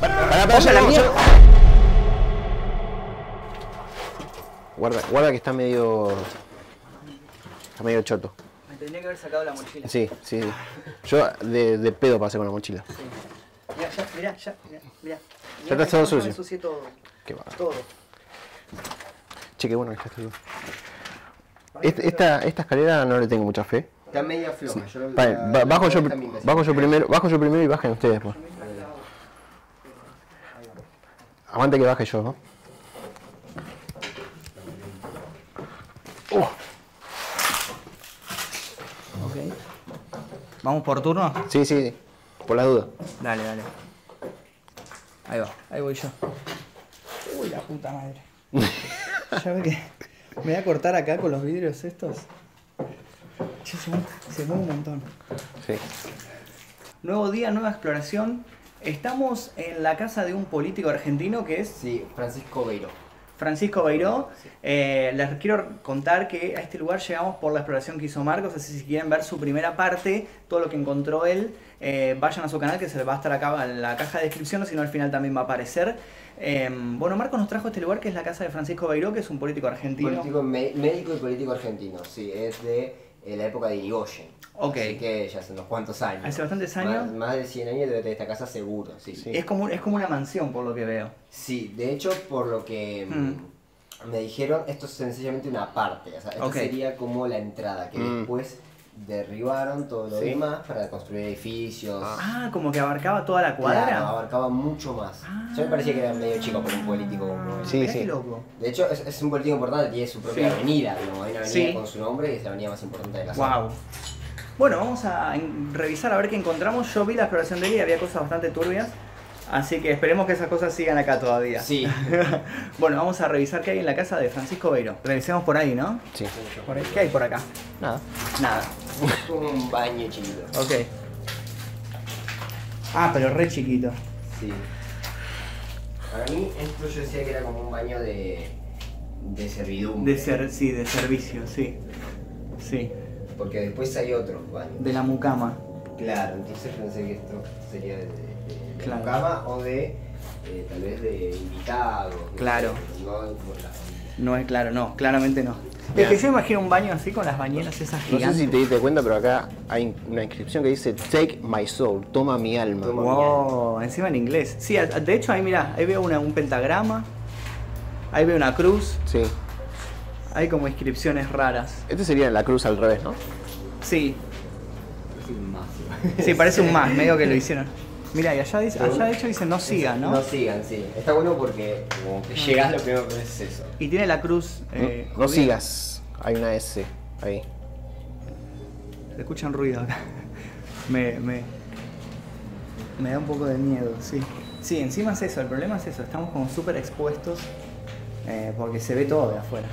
Pará, pará, ya la mierda. Guarda, guarda que está medio. Está medio choto. Me tendría que haber sacado la mochila. Sí, sí. sí. Yo de, de pedo pasé con la mochila. Mirá, ya, mirá, ya, mirá, mirá. Ya está Mirá, todo ya me sucio. ensucié todo. Qué va. Todo. Che, qué bueno que está este lugar. Este- esta, esta escalera no le tengo mucha fe. Está media floja. Yo la- Pa- la- ba- bajo, la- yo, esta misma, sí. bajo yo primero, bajo yo primero y bajen ustedes pues. después. Aguante que baje yo, ¿no? ¿Vamos por turno? Sí, sí, sí. por las dudas. Dale, dale. Ahí va, ahí voy yo. Uy, la puta madre. ya ve que me voy a cortar acá con los vidrios estos. Che, se mu- se mueve un montón. Sí. Nuevo día, nueva exploración. Estamos en la casa de un político argentino que es Sí, Francisco Beiro. Francisco Beiró. Eh, les quiero contar que a este lugar llegamos por la exploración que hizo Marcos, así si quieren ver su primera parte, todo lo que encontró él, eh, vayan a su canal que se les va a estar acá en la caja de descripción, o si no al final también va a aparecer. Eh, bueno, Marcos nos trajo a este lugar que es la casa de Francisco Beiró, que es un político argentino. Político, me- médico y político argentino. Sí, es de eh, la época de Irigoyen. Ok. Así que ya hace unos cuantos años. Hace bastantes años. Más, más de 100 años debe tener esta casa seguro, sí. Sí, Es, como, es como una mansión, por lo que veo. de hecho, por lo que mm, me dijeron, esto es sencillamente una parte. O sea, esta Ok. sería como la entrada, que Mm. después derribaron todo lo demás para construir edificios. Ah, como que abarcaba toda la cuadra. Ah. Claro, abarcaba mucho más. Yo me parecía que era medio chico por un político como Sí, Mirá sí. qué loco. De hecho, es, es un político importante, tiene su propia Sí. avenida, digamos, hay una avenida Sí. con su nombre y es la avenida más importante de la zona. Wow. Bueno, vamos a en- revisar a ver qué encontramos. Yo vi la exploración de él y había cosas bastante turbias. Así que esperemos que esas cosas sigan acá todavía. Sí, bueno, vamos a revisar qué hay en la casa de Francisco Beiro. Revisemos por ahí, ¿no? Sí. Por ahí. ¿Qué hay por acá? Nada. Nada. un baño chiquito. Ok. Ah, pero re chiquito. Sí. Para mí, esto yo decía que era como un baño de, de servidumbre. De ser, sí, de servicio, sí. Sí. Porque después hay otros baños. De la mucama. Claro, entonces pensé que esto sería de, de- de Claro. cama o de, eh, tal vez de invitados. no sé, Claro. No por la familia. No es claro, no, claramente no. Es que yo imagino un baño así con las bañeras esas No sé gigantes. si te diste cuenta, pero acá hay una inscripción que dice Take my soul, toma mi alma. Toma. Wow, encima en inglés. Sí, a- de hecho ahí mirá, ahí veo una- un pentagrama, ahí veo una cruz, Sí. hay como inscripciones raras. Este sería la cruz al revés, ¿no? Sí, Es un mazo. sí, parece un más, medio que lo hicieron. Mira, y allá, dice, allá de hecho dicen no siga, ¿no? Ah. No sigan, sí. Está bueno porque como que llegas lo primero que ves es eso. Y tiene la cruz. eh, no no judía. sigas. Hay una S ahí. Se escuchan ruido acá. Me, me, me da un poco de miedo, sí. Sí, encima es eso, el problema es eso, estamos como súper expuestos eh, porque se ve todo de afuera.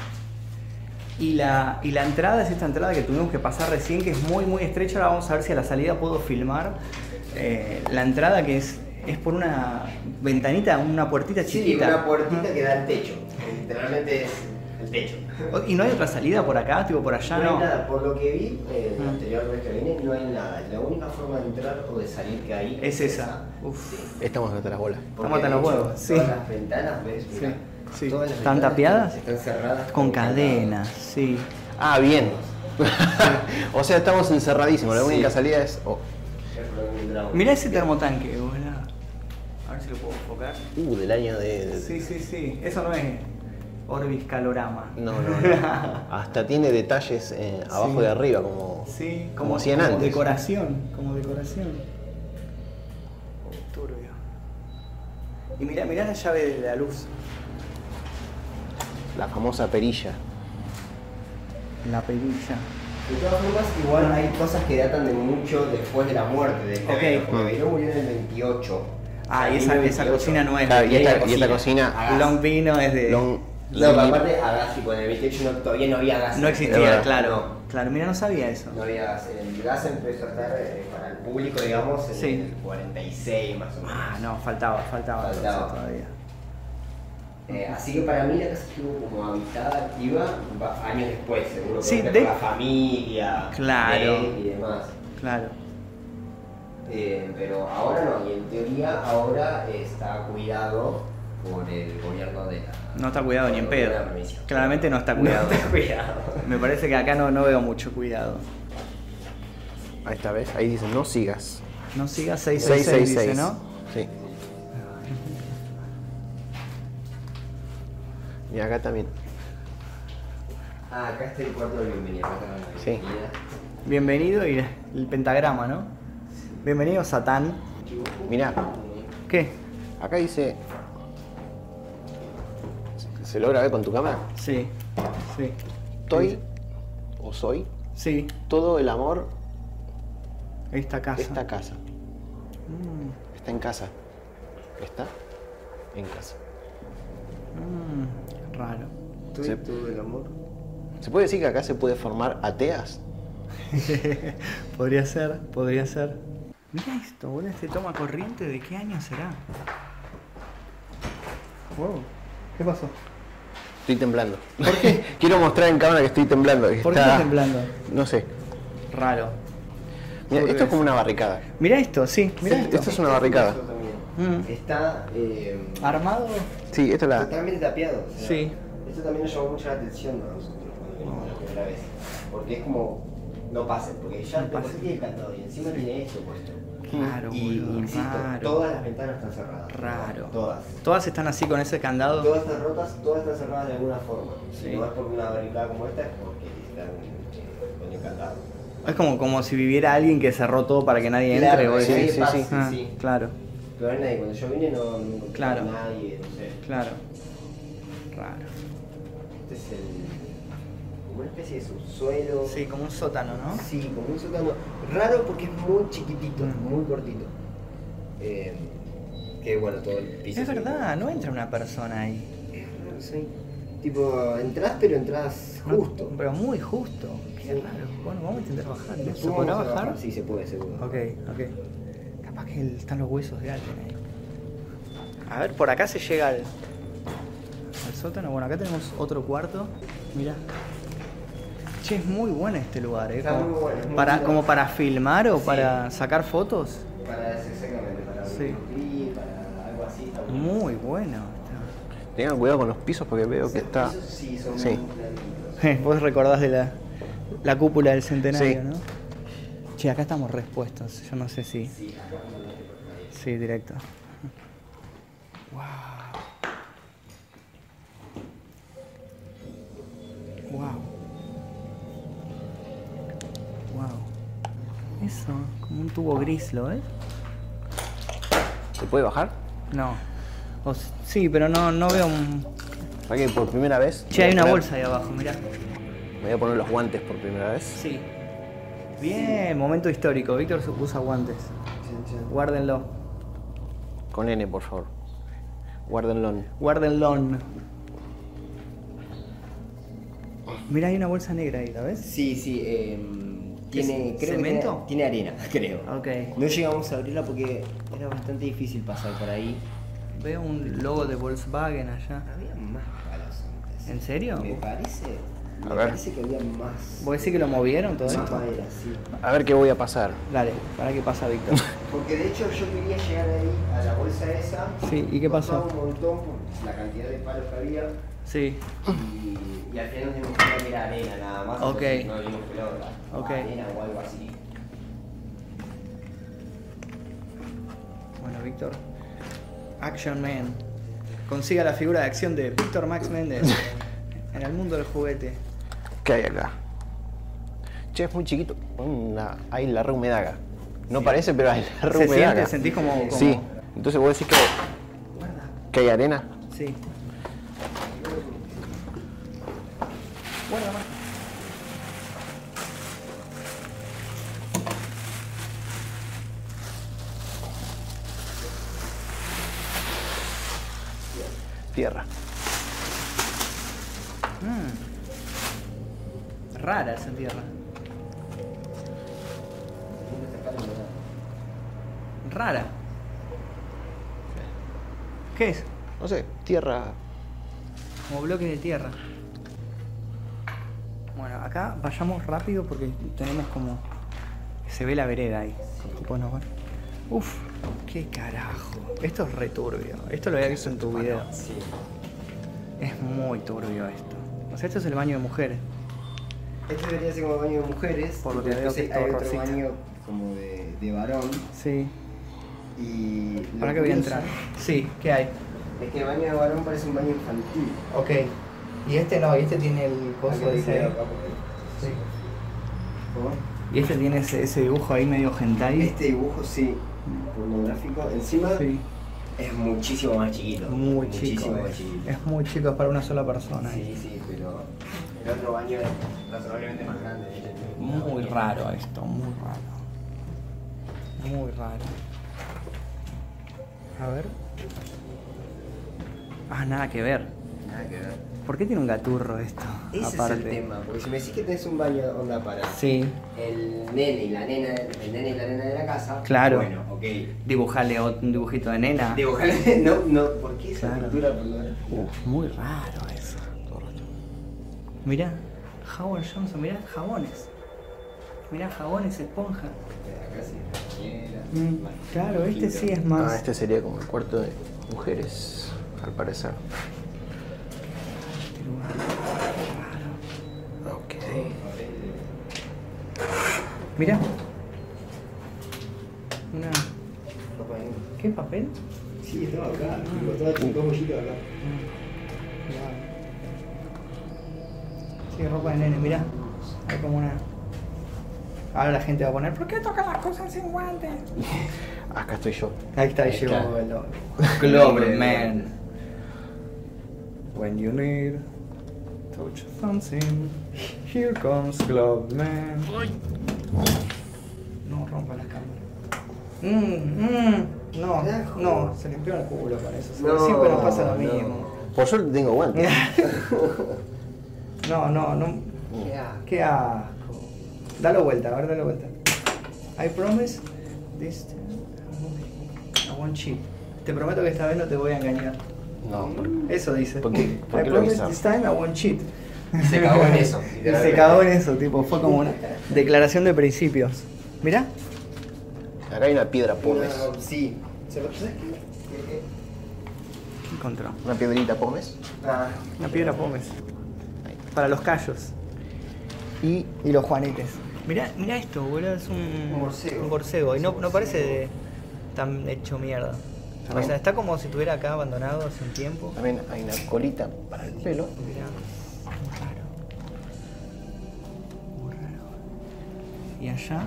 Y la, y la entrada es esta entrada que tuvimos que pasar recién, que es muy, muy estrecha. Ahora vamos a ver si a la salida puedo filmar. eh, la entrada que es, es por una ventanita, una puertita Sí, chiquita. una puertita que da al techo. Literalmente es el techo. Oh, ¿Y no hay otra salida por acá, tipo por allá? no hay nada, por lo que vi eh, la Ah. anterior vez que vine, no hay nada. La única forma de entrar o de salir que hay Es esa. Uf. Sí. Estamos hasta las bolas. Porque, matan de los hecho, huevos, sí. Todas las ventanas, ves, Mirá, sí. todas las ¿Están ventanas tapiadas? Están cerradas. Con cadenas, sí. Ah, bien. o sea, estamos encerradísimos. La Sí. única salida es. oh. Mirá ese termotanque, boludo. A ver si lo puedo enfocar. Uh, del año de. de- Sí, sí, sí. Eso no es Orbis Calorama. No, no, no. Hasta tiene detalles eh, abajo Sí. y arriba, como. Sí, como hacían antes. decoración, como decoración. Turbio. Y mirá, mirá la llave de la luz. La famosa perilla. La perilla. De todas formas, igual hay cosas que datan de mucho después de la muerte de este Ok. Beiró, porque Mm. Beiró murió en el 28. Ah, y esa, esa 1928. cocina no es. Claro, y esta, hay y esta cocina. cocina. Ah, Long Vino es de. long- No, pero aparte a gas, tipo, en el 28 no, todavía no había gas. No Es existía, verdad. claro. Claro, mira, no sabía eso. No había gas. El gas empezó a estar eh, para el público, digamos, en Sí. el 46 más o menos. Ah, no, faltaba, faltaba, Faltaba. entonces todavía. Eh, así que para mí la casa estuvo como habitada, activa, va- años después, seguro. Sí, que de- con la familia Claro. él y demás. Claro. Eh, pero ahora no, y en teoría ahora está cuidado por el gobierno de la... No está cuidado ni en por el pedo. gobierno de la provincia. Claramente no está cuidado. No está cuidado. Me parece que acá no, no veo mucho cuidado. Ahí está, ¿ves? Ahí dice, no sigas. No siga 666, 666. dice, ¿no? Sí. Y acá también. Ah, acá está el cuarto de bienvenida. acá está la Sí. bienvenida. Bienvenido y el pentagrama, ¿no? Bienvenido Satán. Mirá, ¿Qué? acá dice... ¿Se logra ver con tu cámara? Sí, sí, Estoy o soy sí, todo el amor esta casa. de esta casa. Mm, Está en casa. Está en casa. mm, raro. Estoy Sí. todo el amor. ¿Se puede decir que acá se puede formar ateas? podría ser, podría ser. Mira esto, boludo, este toma corriente, ¿de qué año será? Wow, ¿qué pasó? Estoy temblando. ¿Por qué? Quiero mostrar en cámara que estoy temblando. que ¿Por qué está- está temblando? No sé. Raro. Mira, Porque esto es como es- una barricada. Mira esto, sí, mira Sí, esto. esto es una barricada. Eso también. Mm. Está eh, ¿Armado? Sí, esta es la. totalmente tapiado. o sea, Sí. Esto también nos llamó mucho la atención a nosotros cuando vinimos la primera vez. Porque es como, no pasen, porque ya No de por sí pasen. tiene el candado y encima tiene esto puesto. Claro, y boludo, insisto, raro. todas las ventanas están cerradas. Raro. Todas. Todas están así con ese candado. Todas están rotas, todas están cerradas de alguna forma. Sí. Si no es por una barricada como esta, es porque están eh, con el candado. Es como, como si viviera alguien que cerró todo para que nadie Claro, entre. vos sí, decís. sí, Ah, sí, sí. Claro, Pero ahora nadie, cuando yo vine no, no encontré Claro. a nadie, no sé. claro. Raro. Este es el, como una especie de subsuelo. Sí, como un sótano, ¿no? Sí, como un sótano. Raro porque es muy chiquitito, Mm. es muy cortito. Eh, que bueno, todo el piso. Es verdad, no entra una persona ahí. No sé. Tipo, entras pero entras No- justo. pero muy justo. Qué Sí. raro. Bueno, vamos a intentar bajar. ¿no? ¿Se ¿Cómo podrá vamos a bajar? Sí, se puede, seguro. Ok, ok. Capaz que el- están los huesos de alguien ahí. A ver, por acá se llega al, al sótano. Bueno, acá tenemos otro cuarto. Mirá. Che, es muy bueno este lugar, ¿eh? Está Como muy bueno, es muy para, lindo. como para filmar o Sí. para sacar fotos. Para eso, exactamente, para Sí. abrir un clip, para algo así. está bueno. Muy bueno. Tengan cuidado con los pisos porque veo que Los está. pisos Sí, son Sí. muy blanditos. está. Vos recordás de la, la cúpula del centenario, Sí. ¿no? Che, acá estamos respuestos. Yo no sé si. Sí, acá como que por ahí. Sí, directo. Wow. Wow. Wow. Eso, como un tubo gris, ¿lo ves? ¿Se puede bajar? No. O s- sí, pero no, no veo un... Ya que por primera vez. Che, hay voy a una poner- bolsa ahí abajo, mirá. Me voy a poner los guantes por primera vez. Sí. Bien, momento histórico. Víctor se usa guantes. Chan, chan. Guárdenlo. Con N, por favor. Guárdenlo. Guárdenlo. Mirá, hay una bolsa negra ahí, ¿la ves? Sí, sí. em, ¿Qué tiene, es? creo que ¿Cemento? tiene, tiene arena, creo. Ok. No llegamos a abrirla porque era bastante difícil pasar por ahí. Veo un logo de Volkswagen allá. Había más palos antes. ¿En serio? Me parece. A me ver. parece que había más. ¿Vos decís que lo movieron todo más esto? madera, sí. A ver qué voy a pasar. Dale, para qué pasa, Víctor. Porque de hecho yo quería llegar ahí a la bolsa esa. Sí, ¿y qué pasó? Costaba un montón por la cantidad de palos que había. Sí, Y, y al final nos dimos cuenta que era arena nada más. Ok. entonces No vimos que la otra. Ok. Arena o algo así. bueno, Víctor. Action Man. Consiga la figura de acción de Víctor Max Méndez en el mundo del juguete. ¿Qué hay acá? Che, es muy chiquito. Una- Hay la re humedad acá. No Sí. parece, pero hay la re ¿Se humedad siente? acá. ¿Sentís como...? como- Sí. Entonces vos decís que, Guarda. que hay arena. Sí. Guarda, Marco. Tierra. Mm. Hmm. Rara esa tierra. Rara. ¿Qué es? No sé, tierra. como bloque de tierra. Bueno, acá vayamos rápido porque tenemos como. Se ve la vereda ahí. ¿Puedo no ver? Uf, qué carajo. Esto es returbio. Esto lo había visto en tu video. Sí. Es muy turbio esto. O sea, esto es el baño de mujeres. Este debería ser como baño de mujeres. Por lo y que veo después que es todo hay otro rosita. baño como de, de varón. Sí. Y. lo Ahora que voy a curioso entrar. Sí, ¿qué hay? Es que el baño de varón parece un baño infantil. Ok. Y este no, y este tiene el Acá coso dice ese. acá por ahí. Sí. ¿Cómo? Y este tiene ese, ese dibujo ahí medio hentai. Este dibujo, sí, pornográfico, encima Sí. es muchísimo más chiquito. Muy chico. muchísimo eh. más chiquito. Es muy chico, es para una sola persona. eh. Sí, sí, pero el otro baño es razonablemente más grande. ¿viste? Muy raro esto, muy raro. Muy raro. A ver. Ah, nada que ver. Nada que ver. ¿Por qué tiene un gaturro esto? Ese es el tema, porque si me decís que tenés un baño onda para Sí. el nene y la nena, el nene y la nena de la casa, Claro. bueno, ok. Dibujale ot- un dibujito de nena. Dibujarle, no, no, ¿por qué esa Claro. pintura pornográfica? Uf, muy raro eso. Mirá, Howard Johnson, mirá jabones. Mirá jabones, esponja. Acá sí, bañera, más claro, este chiquito. sí es Ah, más. este sería como el cuarto de mujeres, al parecer. Este lugar es raro. Ok. Mirá. Una. No pueden- ¿Qué papel? Sí, estaba acá, tipo, estaba chupando bollitos acá. Sí, ropa de nene, mirá. Hay como una. Ahora la gente va a poner, ¿por qué tocan las cosas sin guantes? Acá estoy yo. Ahí está, ahí Ahí llegó está. el Glover, Man. When you need touch something, here comes Glover Man. No rompa las cámaras. Mmm, mmm. No, Carajo. no, se limpió el culo con eso. No, Siempre nos pasa lo no. mismo. Por suerte tengo guantes. No, no, no. Qué asco. Qué asco. Dalo vuelta, a ver, dalo vuelta. I promise this time I won't cheat. Te prometo que esta vez no te voy a engañar. No, Eso dice. ¿Por qué? ¿Por I qué lo promise this avisas? time I won't cheat. Y se cagó en eso, Y se literalmente. cagó en eso, tipo, fue como una declaración de principios. Mirá, acá hay una piedra pómez. No, sí. ¿Se lo ¿sabes qué? ¿qué encontró? Una piedrita pómez. Ah, Una piedra pómez. Para los callos. Y Y los juanetes. Mirá, mirá esto, boludo, es un, Un borcego. un borcego. Y no, no parece de- tan hecho mierda. O También. sea, está como si estuviera acá abandonado hace un tiempo. también hay una colita para el pelo. Mirá, muy raro. Muy raro. Y allá.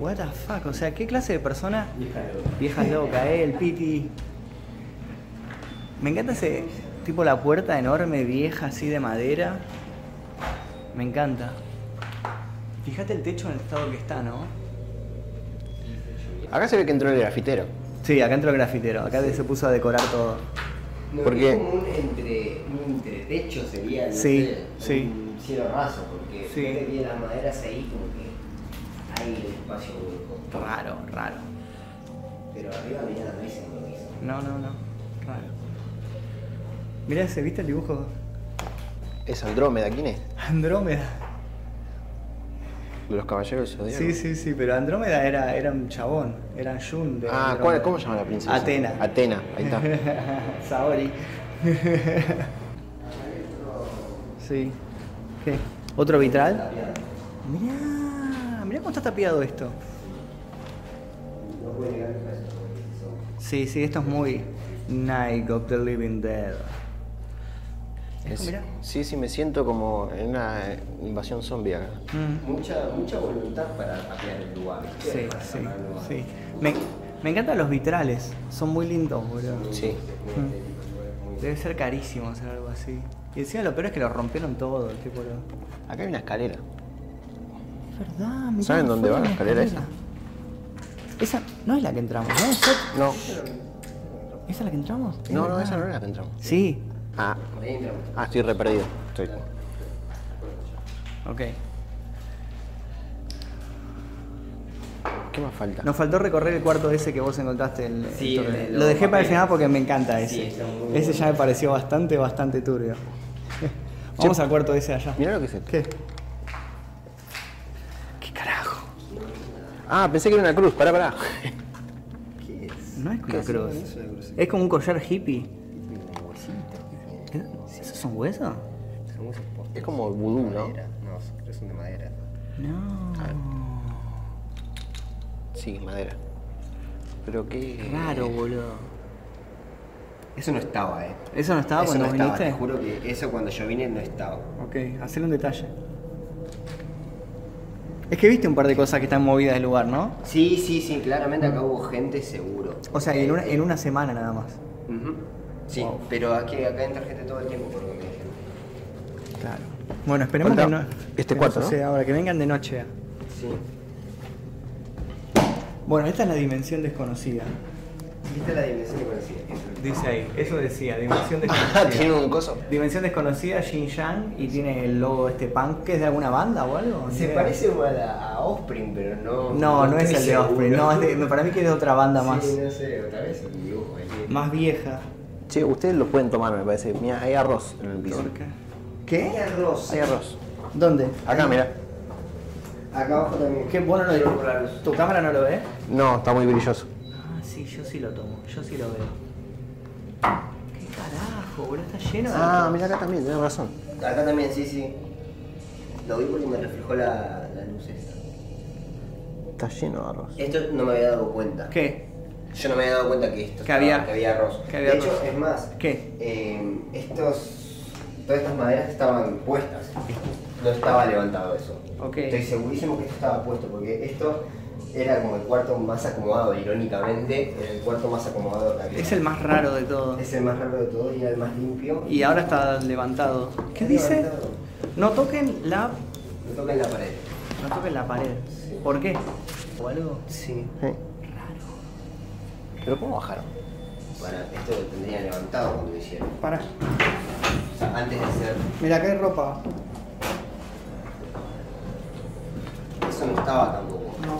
What the fuck, o sea, ¿qué clase de persona? Viejas loca, eh, el piti. Me encanta ese tipo la puerta enorme, vieja, así de madera. Me encanta. Fíjate el techo en el estado que está, ¿no? Acá se ve que entró el grafitero. Sí, acá entró el grafitero, acá se puso a decorar todo. no, ¿Por qué? Es como un, entre, un entretecho sería, no Sí, sé, sí. un cielo raso, porque Sí. después que vienen las maderas ahí como que hay el espacio hueco. Raro, raro. Pero arriba mira, no dicen lo mismo. No, no, no. Raro. Mirá ese, ¿viste el dibujo? Es Andrómeda, ¿quién es? Andrómeda. De los caballeros del Zodíaco. Sí, sí, sí, pero Andrómeda era, era un chabón, era Jun de. Ah, Andrómeda. ¿cuál- ¿cómo se llama la princesa? Atena. Atena, ahí está. Saori. sí. ¿Qué? ¿Otro vitral? Mirá, mirá cómo está tapiado esto. No puede llegar a eso, porque son- Sí, sí, esto es muy Night of the Living Dead. Es- Mirá. sí, sí, me siento como en una eh, invasión zombie acá. Mm. Mucha, mucha voluntad para tapear el lugar. ¿viste? Sí, Para sí, tapar el lugar. sí. Me, me encantan los vitrales, son muy lindos, boludo. Sí. Muy estético, muy- Debe ser carísimo hacer algo así. Y encima lo peor es que lo rompieron todo, tipo lo... Acá hay una escalera. ¿Verdad? mirá, ¿Saben dónde fue va la escalera Esa no es la que entramos, ¿no? ¿Esa No, esa es la que entramos? Es no, no, verdad. esa no era la que entramos. Sí, Ah, Ahí entramos. ah estoy re perdido. Estoy- ok. ¿Qué más falta? Nos faltó recorrer el cuarto ese que vos encontraste. el- el Sí, turbio. el de lo los dejé para el papeles. final porque me encanta ese. Sí, está muy ese bueno. ya me pareció bastante, bastante turbio. Vamos al cuarto ese allá. Mirá lo que es esto. ¿Qué? ¿Qué carajo? Ah, pensé que era una cruz, pará, pará. ¿Qué es? No es ¿Qué una cruz. Es una cruz. Es como un collar hippie. Tiene un huesito. ¿Qué? ¿Eso es un hueso? Son huesos posta. Es como vudú, ¿no? Madera. No, creo que son de madera. No. Ah, Sí, madera. Pero qué. Raro, boludo. Eso no estaba, eh. ¿Eso no estaba eso cuando no estaba, viniste? te juro que eso cuando yo vine no estaba. Ok, hacer un detalle. Es que viste un par de cosas que están movidas del lugar, ¿no? Sí, sí, sí, claramente acá hubo gente seguro. O sea, en una, en una semana nada más. Ujú. Sí, pero aquí, acá entra gente todo el tiempo, por lo que me dijeron. Claro. Bueno, esperemos que Falta no. este que ¿Ah? cuarto, ¿no? suceda ahora, que vengan de noche. Sí. Bueno, esta es la dimensión desconocida. ¿Viste la dimensión que parecía? Eso. Dice ahí, eso decía, dimensión Ah, tiene un coso. Dimensión desconocida, Xinjiang, y tiene el logo de este punk, que es de alguna banda o algo. Se parece igual a, a Offspring, pero no. No, no es estoy el de Offspring, seguro. no, es de- para mí que es de otra banda más. Sí, no sé, otra vez el dibujo ahí. Más vieja. Che, ustedes lo pueden tomar, me parece. Mira, hay arroz en el piso. Torca. Hay ¿Qué? arroz. Hay arroz. ¿Dónde? Acá, mirá. Acá abajo también. Qué bueno lo de Quiero por la luz. ¿Tu cámara no lo ve? No, está muy brilloso. Ah, sí, yo sí lo tomo, yo sí lo veo. ¿Qué carajo, boludo? Está lleno de. Ah, mira acá también, tenés razón. Acá también, sí, sí. Lo vi porque me reflejó la, la luz esta. Está lleno de arroz. Esto no me había dado cuenta. ¿Qué? Yo no me había dado cuenta que esto Que había- estaba- que había arroz. que había de hecho, arroz. es más, ¿Qué? eh, estos, todas estas maderas estaban puestas. No estaba levantado eso. Ok. Estoy segurísimo que esto estaba puesto porque esto era como el cuarto más acomodado, irónicamente, era el cuarto más acomodado que había. Es el más raro de todo. Es el más raro de todo y era el más limpio. Y ahora está levantado. ¿Qué Está dice? levantado. No toquen la. Me toca en la pared. No toquen la pared. Sí. ¿Por qué? ¿O algo? Sí. Sí. Pero ¿cómo bajaron? Bueno, esto lo tendrían levantado cuando lo hicieron. Pará. O sea, antes de hacer. Mira, acá hay ropa. Eso no estaba tampoco. No.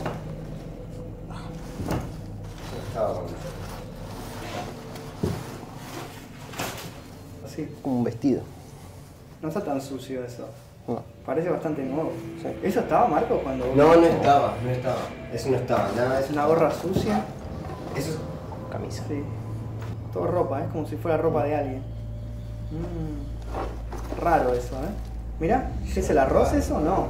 Eso no estaba cuando. Sí. Como un vestido. No está tan sucio eso. No. Parece bastante nuevo. Sí. ¿Eso estaba, Marco, cuando vos- No, no estaba, no estaba. Eso no estaba, nada, Es eso una gorra sucia. Eso es camisa. Sí. Todo ropa, es como si fuera ropa de alguien. Mm. Raro eso, ¿eh? Mirá, ¿es el arroz eso? No.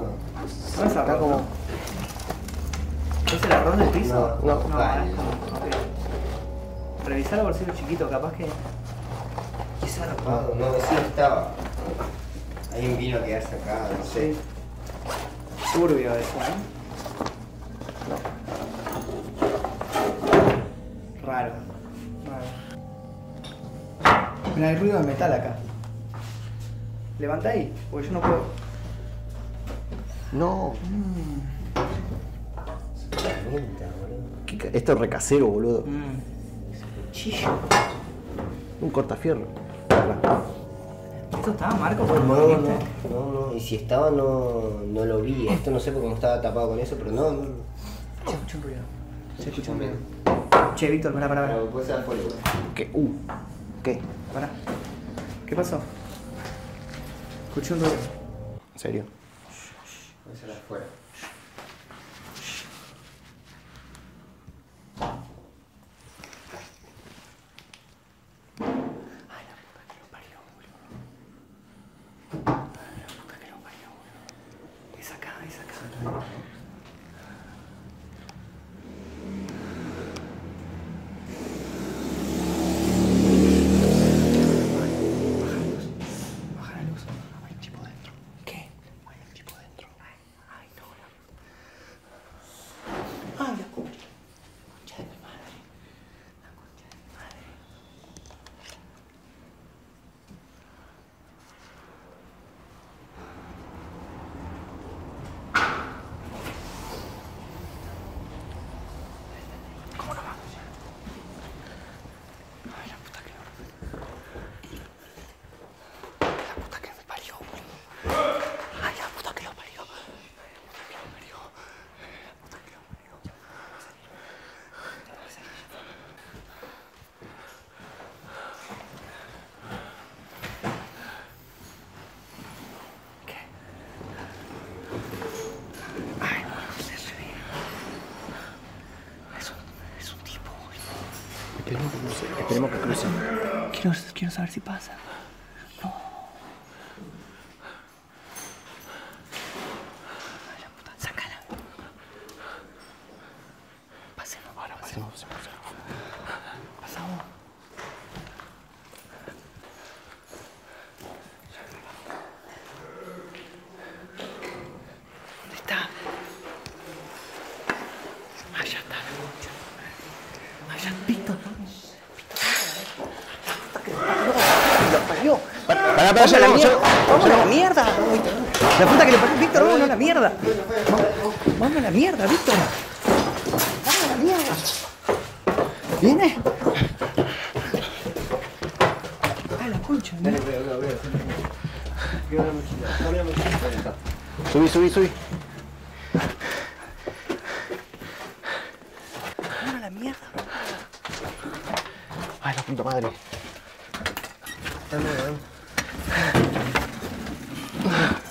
No es arroz. como- ¿no? ¿Es el arroz del piso? No, no, ahora es vale. como- ok. Revisá el bolsillo chiquito, capaz que. Qué zarpado, no, eso no estaba. Alguien vino a quedarse acá, no sé. Turbio eso, ¿eh? Raro. Raro. Mira, hay ruido de metal acá. Levanta ahí, porque yo no puedo. No. Herramienta, boludo. ¿Qué ca- Esto es recasero, boludo. Mm. Cuchillo. Un cortafierro. Pará. ¿Esto estaba Marco por No, el no, no, no. Y si estaba no, no lo vi. Esto no sé por cómo estaba tapado con eso, pero no, no. Se escucha un ruido. Se escucha un ruido. Che, Víctor, pará, pará, pará, Pero puede ser afuera, igual. ¿Qué? Uh. ¿Qué? pará. ¿Qué pasó? Escuché un ruido. En serio. Puede ser afuera. Ay, la puta que lo parió, boludo. Ay, la puta que lo parió, boludo. Es acá, es acá. Baja la luz. Baja la luz. Hay un tipo dentro. ¿Qué? Hay un tipo dentro. Ay, ay, no, Esperemos que crucen. Quiero, quiero saber si pasa. No. Ay, la puta, sácala. Pasemos, ahora pasemos. Pasamos. ¿Dónde está? Allá está la concha. Allá, Víctor, vamos. Lo parió. Pará, pará, ya la no, mierda. Vamos ya no, ya a la no. mierda. Uy, La puta que le parió. Víctor, vamos a la mierda. Vamos- Vamos a la mierda, Víctor. Vamos a la mierda. ¿Viene? A la concha, ¿no? Subí, subí, subí. Vamos a la mierda. Ay, Ah, la puta madre.